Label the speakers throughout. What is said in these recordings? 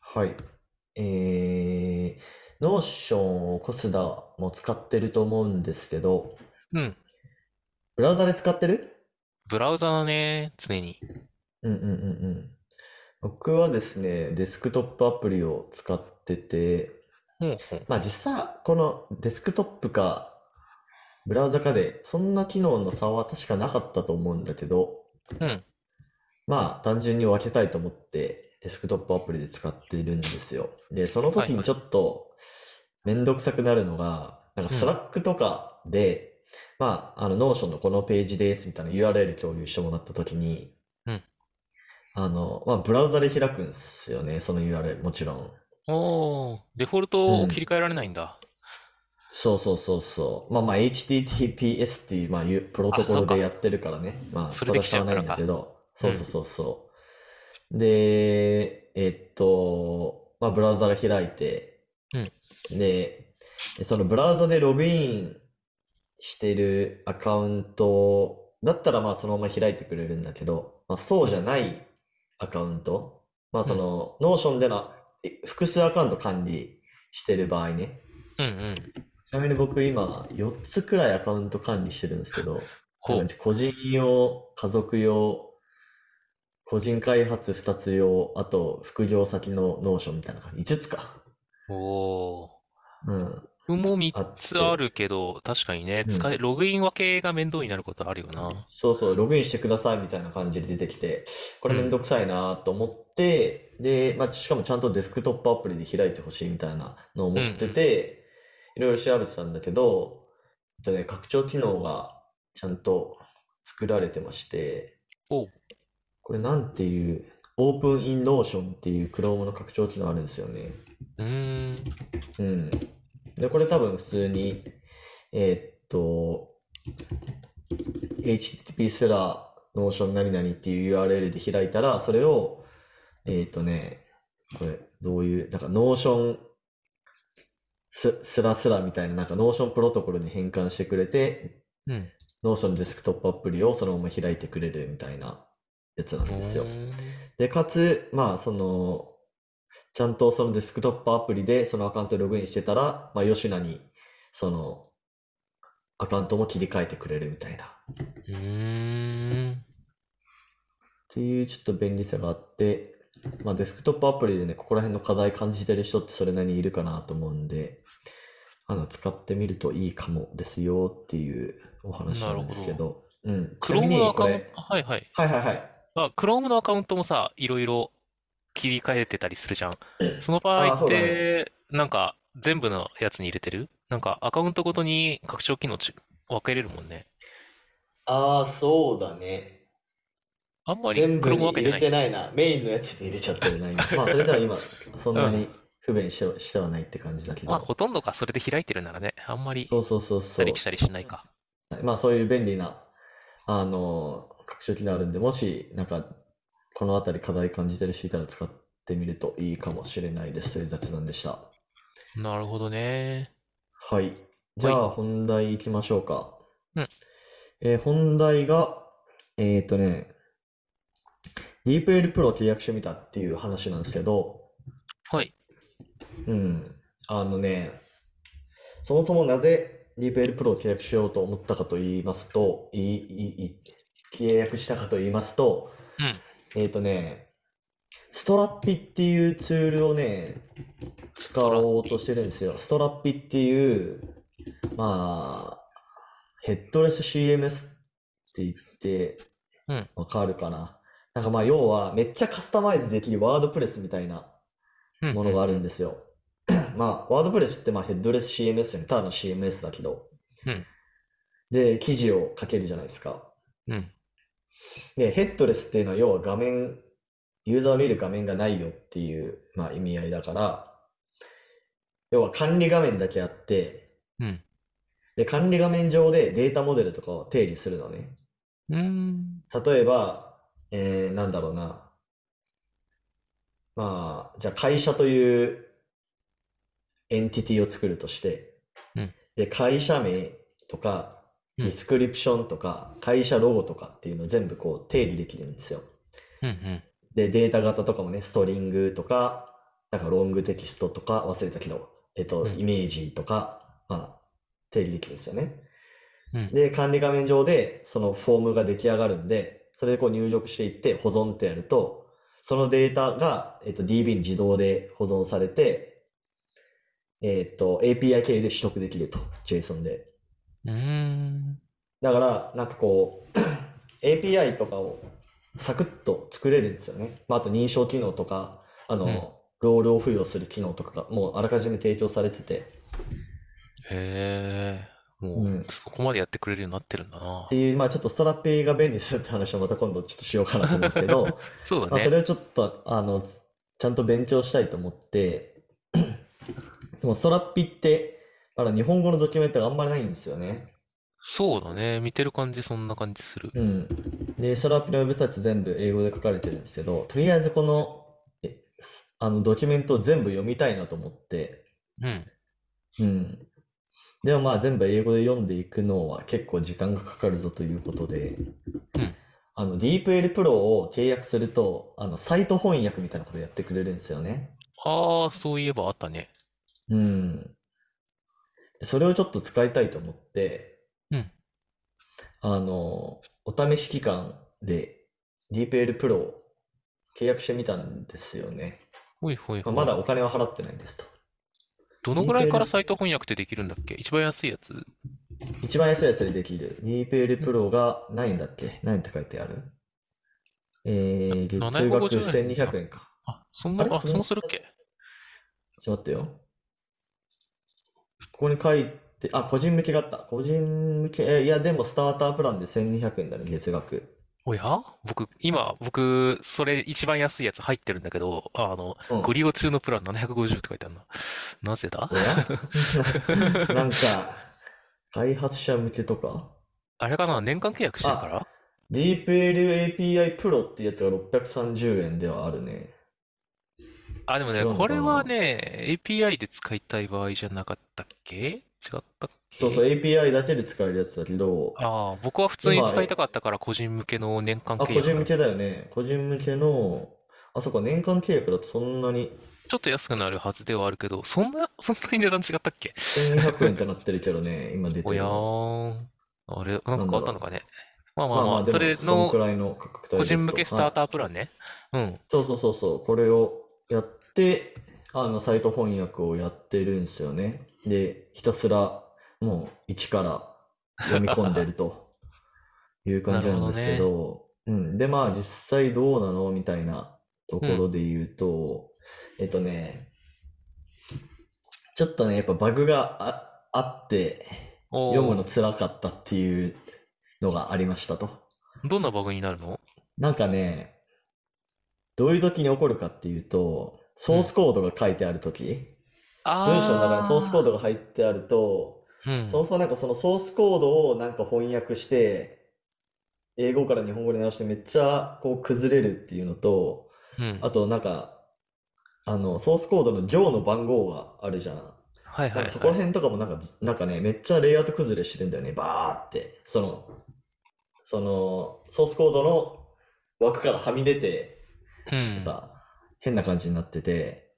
Speaker 1: はい。えー、ノーションをコスダも使ってると思うんですけど、
Speaker 2: うん。
Speaker 1: ブラウザで使ってる
Speaker 2: ブラウザだね、常に。
Speaker 1: うんうんうんうん。僕はですね、デスクトップアプリを使ってて、
Speaker 2: うんうん。
Speaker 1: まあ実際、このデスクトップかブラウザかで、そんな機能の差は確かなかったと思うんだけど、
Speaker 2: うん。
Speaker 1: まあ単純に分けたいと思ってデスクトップアプリで使っているんですよ。で、その
Speaker 2: はい
Speaker 1: 時に
Speaker 2: は
Speaker 1: ちょ
Speaker 2: い。
Speaker 1: っとめんどくさくなるのが、なんか
Speaker 2: う
Speaker 1: スラ
Speaker 2: ん。
Speaker 1: ックとかで、まあ、あの、ノーションのこのページですみたいな URL 共有してもらった時に、
Speaker 2: うん。
Speaker 1: あの、まあ、ブラウザで開くんですよね、その URL、もちろん。
Speaker 2: おー、デフォル
Speaker 1: う
Speaker 2: トを切り
Speaker 1: ん。
Speaker 2: 替えられないんだ。
Speaker 1: そうそうそうそう。まあまあ、HTTPS っていう、まあ、いうプロト
Speaker 2: あ、
Speaker 1: コ
Speaker 2: そう
Speaker 1: ルでや
Speaker 2: か。
Speaker 1: ってるからね。まあ、
Speaker 2: それ
Speaker 1: そ
Speaker 2: で
Speaker 1: れは
Speaker 2: き
Speaker 1: し
Speaker 2: ち
Speaker 1: ゃ
Speaker 2: ゃ
Speaker 1: あ
Speaker 2: う
Speaker 1: な
Speaker 2: か
Speaker 1: い
Speaker 2: ら
Speaker 1: んだけ
Speaker 2: か。
Speaker 1: ど。
Speaker 2: う。
Speaker 1: そうそうんそうそう。で、えっと、まあ、ブラウザが開いて、
Speaker 2: うん。
Speaker 1: で、そのブラウザでログインしてるアカウントだったら、まあ、そのまま開いてくれるんだけど、まあ、そう
Speaker 2: う
Speaker 1: じゃ
Speaker 2: ん。
Speaker 1: ないアカウント、まあ、
Speaker 2: う
Speaker 1: そ
Speaker 2: ん。
Speaker 1: の、ノーションでのえ複数アカウント管理してる場合ね。
Speaker 2: うんうん。
Speaker 1: ちなみに僕今4つくらいアカウント管理してるんですけど、なんか
Speaker 2: ほ
Speaker 1: うち個人用、家族用、個人開発2つ用、あと副業先のノーションみたいな感じ。5つか。
Speaker 2: う。おー。
Speaker 1: うん。
Speaker 2: 僕も3
Speaker 1: あっ
Speaker 2: つあ
Speaker 1: て。
Speaker 2: るけど、確かにね、
Speaker 1: う
Speaker 2: 使
Speaker 1: ん。
Speaker 2: い、ログイン分けが面倒になることあるよな。
Speaker 1: そうそう、ログインしてくださいみたいな感じで出てきて、こ
Speaker 2: う
Speaker 1: れめん
Speaker 2: ん。
Speaker 1: どくさいなと思って、で、まあ、しかもちゃんとデスクトップアプリで開いてほしいみたいなのを
Speaker 2: うん
Speaker 1: 思
Speaker 2: う
Speaker 1: って
Speaker 2: ん。
Speaker 1: て、いろいろ調べてたんだけど、えっとね、拡張機能がちゃんと作られてまして、
Speaker 2: おう。
Speaker 1: これなんていう、オープンインノーションっていう Chrome の拡張機能あるんですよね。
Speaker 2: うーん。
Speaker 1: うん。で、これ多分普通に、えーっと、HTTP すら Notion 何々っていう URL で開いたら、それを、えーっとね、これ、どういう、なんか Notion す、すらすらみたいな、なんか Notion プロトコルに変換してくれて、
Speaker 2: うん。
Speaker 1: Notion デスクトップアプリをそのまま開いてくれるみたいなやつな
Speaker 2: うん
Speaker 1: ですよ。
Speaker 2: ーん。
Speaker 1: で、かつ、まあ、その、ちゃんとそのデスクトップアプリでそのアカウントログインしてたら、まあ、吉野に、その、アカウントも切り替えてくれるみたいな。っ
Speaker 2: うーん。
Speaker 1: ていうちょっと便利さがあって、まあ、デスクトップアプリでね、ここら辺の課題感じてる人ってそれなりにいるかなと思うんで、あの、使ってみるといいかもですよっていうお話
Speaker 2: な
Speaker 1: な
Speaker 2: る
Speaker 1: んで
Speaker 2: ほ
Speaker 1: すけ
Speaker 2: ど。
Speaker 1: ど、うん。ちなみ
Speaker 2: Chrome の
Speaker 1: に
Speaker 2: ア
Speaker 1: こ
Speaker 2: カウン
Speaker 1: れ、
Speaker 2: ト、はいはい。
Speaker 1: はいはいはい。
Speaker 2: あ、Chrome のアカウントもさ、いろいろ切り替えてたりするじゃん。その場合
Speaker 1: あ
Speaker 2: っ
Speaker 1: あ、そうだね。
Speaker 2: て、なんか全部のやつに入れてるなんかアカウントごとに拡張機能ち分けれるもんね。
Speaker 1: ああ、そうだね。
Speaker 2: あんまり
Speaker 1: 全部
Speaker 2: Chrome
Speaker 1: に
Speaker 2: 分け
Speaker 1: 入れ
Speaker 2: てな
Speaker 1: て
Speaker 2: い。
Speaker 1: ないな。メインのやつに入れちゃってるな、 今。まあ、それでは今、そん
Speaker 2: う。
Speaker 1: なんに不便しては、してはないって感じだけ
Speaker 2: まあ、
Speaker 1: ど。
Speaker 2: ほとんどがそれで開いてるならね、あんまり
Speaker 1: そうそうそう
Speaker 2: 行ったり来
Speaker 1: そ
Speaker 2: たりしないか。
Speaker 1: う。まあ、そういう便利な、あの、拡張機能あるんで、もし、なんか、このあたり課題感じてる人いたら使ってみるといいかもしれないです。という雑談でした。
Speaker 2: なるほどね。
Speaker 1: はい。じ
Speaker 2: は
Speaker 1: ゃ
Speaker 2: い。
Speaker 1: あ、本題行きましょうか。
Speaker 2: うん。
Speaker 1: えー本題が、えっとね、DeepL プロ契約してみたっていう話なんですけど、
Speaker 2: はい。
Speaker 1: うん。あのね、そもそもなぜ DeepL プロを契約しようと思ったかと言いますと、い、い、い、契約したかと言いますと、
Speaker 2: うん。
Speaker 1: えっとね、ストラッピっていうツールをね、
Speaker 2: ス
Speaker 1: 使
Speaker 2: トラッ
Speaker 1: おうと
Speaker 2: ピ。
Speaker 1: してるんですよ。ストラッピっていう、まあ、ヘッドレス CMS って言って、
Speaker 2: うん。
Speaker 1: わかるかな。なんかまあ、要は、めっちゃカスタマイズできるワードプレスみたいな
Speaker 2: うん、
Speaker 1: も
Speaker 2: う
Speaker 1: のが
Speaker 2: ん、
Speaker 1: あ
Speaker 2: う
Speaker 1: るん
Speaker 2: ん。
Speaker 1: ですよ。まあ、ワードプレスってまあヘッドレス CMS にただの CMS だけど、
Speaker 2: うん、
Speaker 1: で、記事を書けるじゃないですか。
Speaker 2: うん。
Speaker 1: で、ヘッドレスっていうのは要は画面、ユーザー見る画面がないよっていう、まあ、意味合いだから、要は管理画面だけあって、
Speaker 2: うん。
Speaker 1: で、管理画面上でデータモデルとかを定義するのね。
Speaker 2: うーん。
Speaker 1: 例えば、えー、なんだろうな。まあ、じゃあ会社というエンティティを作るとして、
Speaker 2: うん。
Speaker 1: で、会社名とか、
Speaker 2: う
Speaker 1: ディ
Speaker 2: ん。
Speaker 1: スクリプションとか、会社ロゴとかっていうのを全部こう定義できるんですよ。
Speaker 2: うん。うん。
Speaker 1: で、データ型とかもね、ストリングとか、なんかロングテキストとか忘れたけど、えっと、
Speaker 2: うん
Speaker 1: イメージとか、まあ、定理できるんですよね。
Speaker 2: うん。
Speaker 1: で、管理画面上でそのフォームが出来上がるんで、それでこう入力していって保存ってやると、そのデータが、えっと、DB に自動で保存されて、えっと、API 経由で取得できると、JSON で。
Speaker 2: うーん。
Speaker 1: だから、なんかこう、API とかをサクッと作れるんですよね。まあ、あと認証機能とか、あの、
Speaker 2: うん
Speaker 1: ロールを付与する機能とかが、もうあらかじめ提供されてて、
Speaker 2: へえ、も
Speaker 1: うん
Speaker 2: う、そこまでやってくれるようになってるんだな
Speaker 1: っ。ていう、まあちょっとストラッペが便利でするって話をまた今度ちょっとしようかなと思うんですけど、
Speaker 2: そうだ
Speaker 1: まあ、それ
Speaker 2: ね。
Speaker 1: をちょっと、あの、つちゃんと勉強したいと思 って、でもストラッピって、まだ日本語のドキュメントがあんまりないんですよね。
Speaker 2: そうだね。見てる感じ、そんな感じする。
Speaker 1: うん。で、そのアプリのウェブサイト全部英語で書かれてるんですけど、とりあえずこの、えすあのドキュメントを全部読みたいなと思って、
Speaker 2: うん。
Speaker 1: うん。でもまあ全部英語で読んでいくのは結構時間がかかるぞということで、あの DeepL Pro を契約すると、あのサイト翻訳みたいなことやってくれるんですよね。
Speaker 2: ああ、そういえばあったね。
Speaker 1: うん。それをちょっと使いたいと思って、
Speaker 2: うん
Speaker 1: あの、お試し期間で DeepL Pro を契約してみたんですよね。
Speaker 2: ほいほい
Speaker 1: まあ
Speaker 2: ほ
Speaker 1: ま
Speaker 2: い。
Speaker 1: だお金は払ってないですと。
Speaker 2: どのぐらいからサイト翻訳ってできるんだっけ一番安いやつ
Speaker 1: 一番安いやつでできる DeepL Pro が何円だっけ何円って書いてあるえー、月額
Speaker 2: 750円
Speaker 1: 1200円か。
Speaker 2: あ、そんな、
Speaker 1: あれ
Speaker 2: あ、
Speaker 1: そ
Speaker 2: そ
Speaker 1: れ
Speaker 2: んなするっけ
Speaker 1: ちょっと待ってよ。ここに書いて、あ、個人向けがあった。個人向け、えいや、でもスタータープランで1200円だね、月額。
Speaker 2: おや僕、今、僕、それ一番安いやつ入ってるんだけど、あの、
Speaker 1: うん
Speaker 2: ご利用中のプラン750って書いてあるな。なぜだ
Speaker 1: おや なんか、開発者向けとか
Speaker 2: あれかな年間契約してるから
Speaker 1: ?DeepL API Pro ってやつが630円ではあるね。
Speaker 2: あ、でも
Speaker 1: 違
Speaker 2: ね、
Speaker 1: うのかな
Speaker 2: これはね、API で使いたい場合じゃなかったっけ違ったっ
Speaker 1: そうそう、
Speaker 2: け
Speaker 1: API だけで使えるやつだけど、
Speaker 2: ああ、僕は普通に使いたかったから、個人向けの年間
Speaker 1: あ、
Speaker 2: 契
Speaker 1: 個人向
Speaker 2: 約。
Speaker 1: けだよね。個人向けの、あ、そっか、年間契約だとそんなに
Speaker 2: ちょっと安くなるはずではあるけど、そんな、そんなに値段違ったっけ
Speaker 1: 1200円ってなってるけどね、今出て
Speaker 2: お
Speaker 1: る
Speaker 2: や
Speaker 1: の。
Speaker 2: ーん。あれ、なんか変わったのかね。まあま
Speaker 1: ま
Speaker 2: あ
Speaker 1: あま
Speaker 2: ま
Speaker 1: あ、
Speaker 2: あ、
Speaker 1: で
Speaker 2: それ
Speaker 1: も、そのく
Speaker 2: の
Speaker 1: らいの価格帯
Speaker 2: 個人
Speaker 1: です
Speaker 2: 向
Speaker 1: と
Speaker 2: けスタータープランね。うん。
Speaker 1: そうそうそうそう、これをやって、あの、サイト翻訳をやってるんですよね。で、ひたすら、もう、一から読み込んでる という感じなんですけ
Speaker 2: なる
Speaker 1: ど、うん。で、まあ、実際どうなのみたいなところで言うと、えっとね、ちょっとね、やっぱバグがあ、あって、
Speaker 2: お
Speaker 1: 読むの
Speaker 2: ー
Speaker 1: 辛かったっていうのがありましたと。
Speaker 2: どんなバグになるの
Speaker 1: なんかね、どういう時に起こるかっていうと、ソースコードが書いてある時、文章の中にソースコードが入ってあると、
Speaker 2: あーうん
Speaker 1: そもそもなんかそのソースコードをなんか翻訳して、英語から日本語に直してめっちゃこう崩れるっていうのと、
Speaker 2: うん
Speaker 1: あとなんか、あの、ソースコードの行の番号があるじゃん。
Speaker 2: はい
Speaker 1: なん
Speaker 2: はい
Speaker 1: かそこら
Speaker 2: はい。
Speaker 1: 辺とかもなんかず、なんかね、めっちゃレイアウト崩れしてるんだよね、バーって。その、その、ソースコードの枠からはみ出て、
Speaker 2: うん。
Speaker 1: なんか変な感じになってて、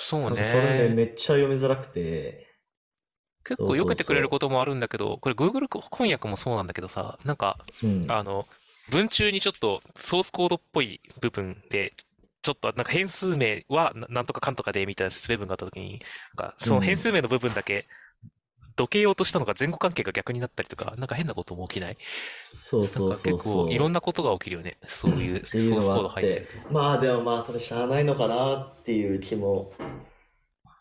Speaker 2: そう
Speaker 1: なんか
Speaker 2: ね。
Speaker 1: それね、めっちゃ読みづらくて、
Speaker 2: 結
Speaker 1: そう
Speaker 2: 構
Speaker 1: そう
Speaker 2: 避けてくれ
Speaker 1: そ
Speaker 2: る
Speaker 1: う
Speaker 2: こともあるんだけど、これ Google 翻訳もそうなんだけどさ、なんか、
Speaker 1: うん、
Speaker 2: あの、文中にちょっとソースコードっぽい部分で、ちょっとなんか変数名はななんとかかんとかでみたいな説明文があったときに、なんかその変数名の部分だけ、どけようとしたのが前後関係が逆になったりとか、なんか変なことも起きない。
Speaker 1: そうそう
Speaker 2: なんか
Speaker 1: そう
Speaker 2: 結
Speaker 1: そう。
Speaker 2: 構いろんなことが起きるよね。そういう
Speaker 1: っ
Speaker 2: ソ
Speaker 1: ていう
Speaker 2: ース
Speaker 1: の
Speaker 2: コ
Speaker 1: があ
Speaker 2: ード
Speaker 1: っ
Speaker 2: 入って
Speaker 1: て
Speaker 2: る。、
Speaker 1: まあでもまあそれしゃあないのかなっていう気も、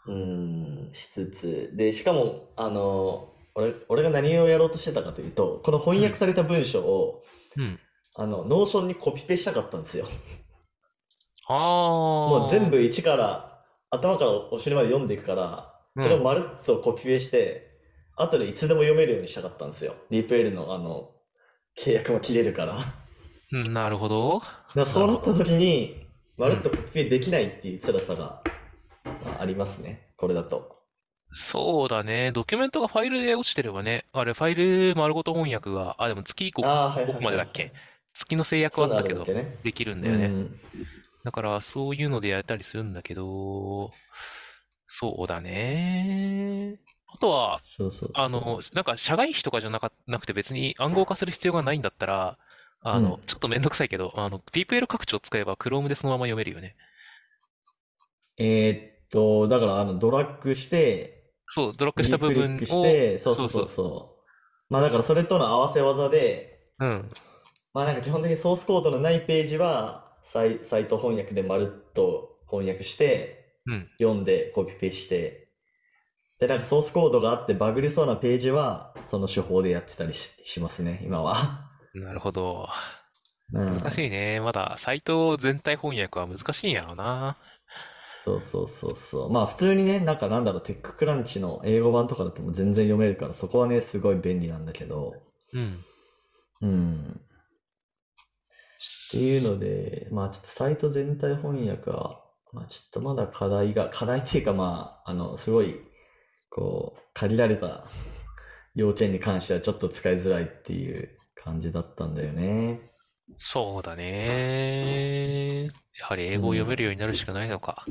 Speaker 1: うん、しつつ、で、しかも、あの、俺、俺が何をやろうとしてたかというと、この翻訳された文章を、
Speaker 2: うん。
Speaker 1: あの、ノーションにコピペしたかったんですよ。
Speaker 2: ああ。
Speaker 1: もう全部一から、頭からお尻まで読んでいくから、それをまるっとコピペして、後でいつでも読めるようにしたかったんですよ。DeepL のあの、契約も切れるから。 だか
Speaker 2: うん。なるほど。
Speaker 1: らそうなった時に、まるっとコピペできないっていう辛さが、まあ、ありますね。これだと。
Speaker 2: そうだね。ドキュメントがファイルで落ちてればね。あれ、ファイル丸ごと翻訳が、あ、でも月以降
Speaker 1: ああ、はい
Speaker 2: ど
Speaker 1: はい
Speaker 2: こ
Speaker 1: はい
Speaker 2: までだっけ月の制約
Speaker 1: そ
Speaker 2: は
Speaker 1: う
Speaker 2: あっ
Speaker 1: なる
Speaker 2: たけ
Speaker 1: んだっ
Speaker 2: ど
Speaker 1: け、ね。
Speaker 2: できるん
Speaker 1: う
Speaker 2: だよね。
Speaker 1: ん。
Speaker 2: だから、そういうのでやったりするんだけど、そうだね。あとは、
Speaker 1: そうそうそう
Speaker 2: あの、なんか、社外費とかじゃなか、なくて別に暗号化する必要がないんだったら、あの
Speaker 1: うん、
Speaker 2: ちょっとめんどくさいけど、あの、DeepL 拡張使えば Chrome でそのまま読めるよね。
Speaker 1: えーっと、だから、あの、ドラッグして、
Speaker 2: そう、ドラッグした部
Speaker 1: 右クリ
Speaker 2: 分
Speaker 1: ックし
Speaker 2: を、
Speaker 1: て、そう
Speaker 2: そう
Speaker 1: そ
Speaker 2: そうう
Speaker 1: そうそう。まあ、だから、それとの合わせ技で、
Speaker 2: うん、
Speaker 1: まあなんか基本的にソースコードのないページはサイ、サイト翻訳でまるっと翻訳して、
Speaker 2: うん、
Speaker 1: 読んでコピペして、で、なんかソースコードがあってバグりそうなページは、その手法でやってたりし、しますね、今は。
Speaker 2: なるほど。
Speaker 1: うん。
Speaker 2: 難しいね。まだ、サイト全体翻訳は難しいんやろな。
Speaker 1: そうそうそうそう。まあ普通にね、なんかなんだろう、テッククランチの英語版とかだともう全然読めるから、そこはね、すごい便利なんだけど、
Speaker 2: うん。
Speaker 1: うん。っていうので、まあちょっとサイト全体翻訳は、まあちょっとまだ課題が、課題っていうかまあ、あの、すごい、こう、限られた 要件に関してはちょっと使いづらいっていう感じだったんだよね。
Speaker 2: そうだね。やはり英語を読めるようになるしかないのか。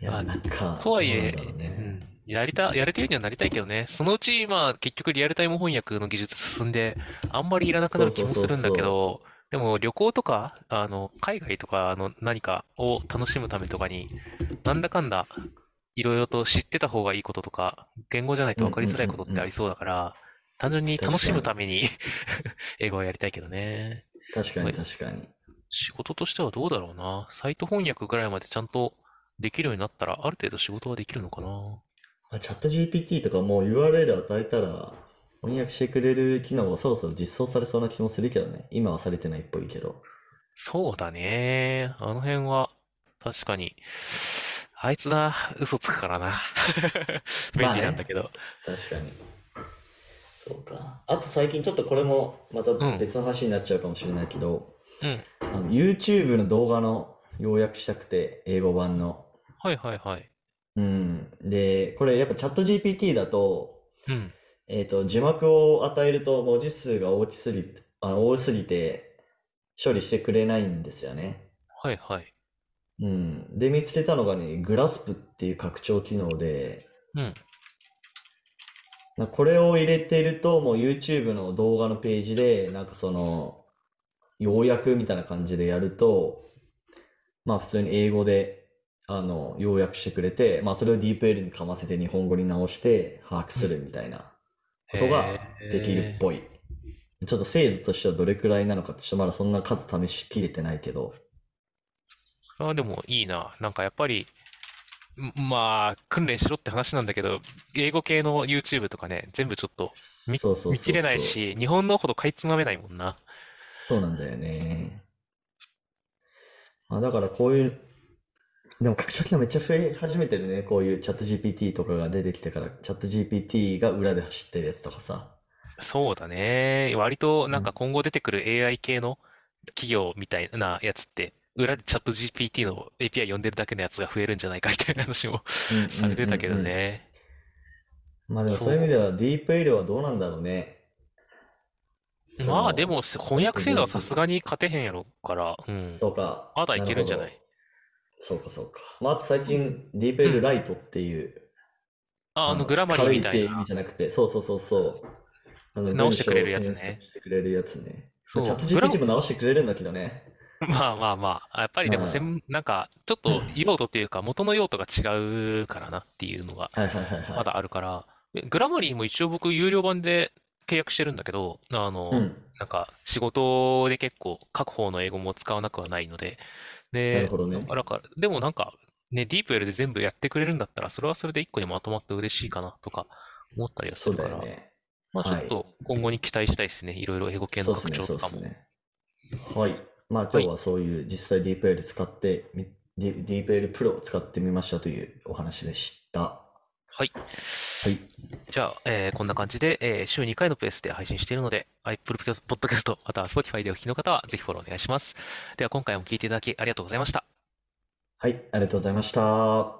Speaker 1: いや、
Speaker 2: まあ
Speaker 1: なんか、
Speaker 2: とはいえ
Speaker 1: どうなんだろうね。
Speaker 2: うんやりた、やれてるようにはなりたいけどね。そのうち、まあ、結局リアルタイム翻訳の技術進んで、あんまりいらなくなる気もするんだけど、でも旅行とか、あの、海外とかの何かを楽しむためとかに、なんだかんだ、いろいろと知ってた方がいいこととか、言語じゃないと分かりづらいことってありそうだから、単純に楽しむために英語をやりたいけどね。
Speaker 1: 確かに確かに。
Speaker 2: 仕事としてはどうだろうな。サイト翻訳ぐらいまでちゃんとできるようになったら、ある程度仕事はできるのかな。
Speaker 1: まあ、チャット GPT とかもう URL 与えたら翻訳してくれる機能がそろそろ実装されそうな気もするけどね。今はされてないっぽいけど。
Speaker 2: そうだね。あの辺は、確かに。あいつな、嘘つくか らな。便
Speaker 1: まあね
Speaker 2: 利なんだけど。
Speaker 1: 確かに。そうか。あと最近ちょっとこれもまた別の話になっちゃうかもしれないけど、
Speaker 2: うん。
Speaker 1: あの YouTube の動画の要約したくて、英語版の。
Speaker 2: はいはいはい。
Speaker 1: うん。で、これやっぱチャット GPT だと、
Speaker 2: うん。
Speaker 1: えっと、字幕を与えると文字数が大きすぎ、あの多すぎて処理してくれないんですよね。
Speaker 2: はいはい。
Speaker 1: うん。で、見つけたのがね、グラスプっていう拡張機能で、
Speaker 2: うん。
Speaker 1: なこれを入れてると、もう YouTube の動画のページで、なんかその、要約みたいな感じでやると、まあ普通に英語で、あの、要約してくれて、まあそれを DeepL にかませて日本語に直して把握するみたいなことができるっぽい。ちょっと精度としてはどれくらいなのかって、ちょっとまだそんな数試しきれてないけど、
Speaker 2: それはでもいいな。なんかやっぱり、んまあ、訓練しろって話なんだけど、英語系の YouTube とかね、全部ちょっとみ
Speaker 1: そうそう
Speaker 2: 見切れない
Speaker 1: そうそう。
Speaker 2: し、日本のほどかいつまめないもんな。
Speaker 1: そうなんだよね。まあ、だからこういう、でも拡張機能めっちゃ増え始めてるね。こういうチャット GPT とかが出てきてから、チャット GPT が裏で走ってるやつとかさ。
Speaker 2: そうだね。割となんか今後出てくる AI 系の企業みたいなやつって、裏でチャット GPT の API 読んでるだけのやつが増えるんじゃないかみたいな話も されてたけど
Speaker 1: うんうんうんうん。
Speaker 2: ね。
Speaker 1: まあでもそういう意味では DeepL はどうなんだろうね。
Speaker 2: まあ
Speaker 1: その
Speaker 2: でも翻訳精度はさすがに勝てへんやろから、うん。
Speaker 1: そうか。
Speaker 2: まだいけるんじゃない
Speaker 1: なるほどそうかそうか。まああと最近 DeepL ライトっていう、
Speaker 2: あ、あの
Speaker 1: の
Speaker 2: グラマリー
Speaker 1: 軽
Speaker 2: み
Speaker 1: いったて
Speaker 2: い
Speaker 1: 意味
Speaker 2: な。
Speaker 1: じゃなくて、そうそうそうそう。あの
Speaker 2: 直してくれるやつね
Speaker 1: 文章を添削してくれるやつね。チ
Speaker 2: そ
Speaker 1: ャ
Speaker 2: う
Speaker 1: ット
Speaker 2: グラ
Speaker 1: GPT も直してくれるんだけどね。
Speaker 2: まあまあまあ。やっぱりでも
Speaker 1: うん
Speaker 2: せん、なんかちょっと用途っていうか元の用途が違うからなっていうのが。
Speaker 1: はいはいはいはい。
Speaker 2: まだあるから、えグラマリーも一応僕、有料版で契約してるんだけど、あの、
Speaker 1: うん。
Speaker 2: なんか、仕事で結構、各方の英語も使わなくはないので、で、
Speaker 1: なるほどね
Speaker 2: だから、でもなんか、ね、ディープ L で全部やってくれるんだったら、それはそれで一個にまとまって嬉しいかなとか思ったりはす
Speaker 1: そう
Speaker 2: る
Speaker 1: だ
Speaker 2: か
Speaker 1: よ
Speaker 2: ら、
Speaker 1: ね。
Speaker 2: まあちょっ
Speaker 1: はい
Speaker 2: と今後に期待したいですね。いろいろ英語系の
Speaker 1: そうですね、
Speaker 2: 拡張
Speaker 1: そ
Speaker 2: と
Speaker 1: う
Speaker 2: か
Speaker 1: です
Speaker 2: も。
Speaker 1: ね。はい。まあ今日はそういう実際 DeepL 使ってみ、ディ DeepL プロを使ってみましたというお話でした。
Speaker 2: はい。
Speaker 1: はい。
Speaker 2: じゃあ、えーこんな感じで、えー週2回のペースで配信しているので、Apple Podcast または Spotify でお聞きの方は、ぜひフォローお願いします。では、今回も聞いていただきありがとうございました。
Speaker 1: はい、ありがとうございました。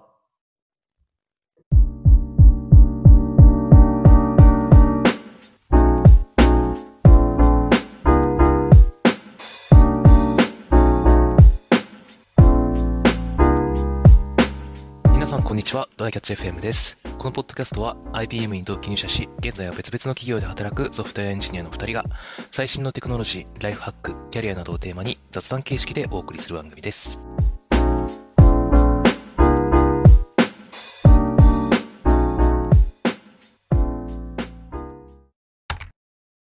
Speaker 2: こんにちは、ドライキャッチ FM です。このポッドキャストは IBM に同期入社し、現在は別々の企業で働くソフトウェアエンジニアの2人が、最新のテクノロジー、ライフハック、キャリアなどをテーマに雑談形式でお送りする番組です。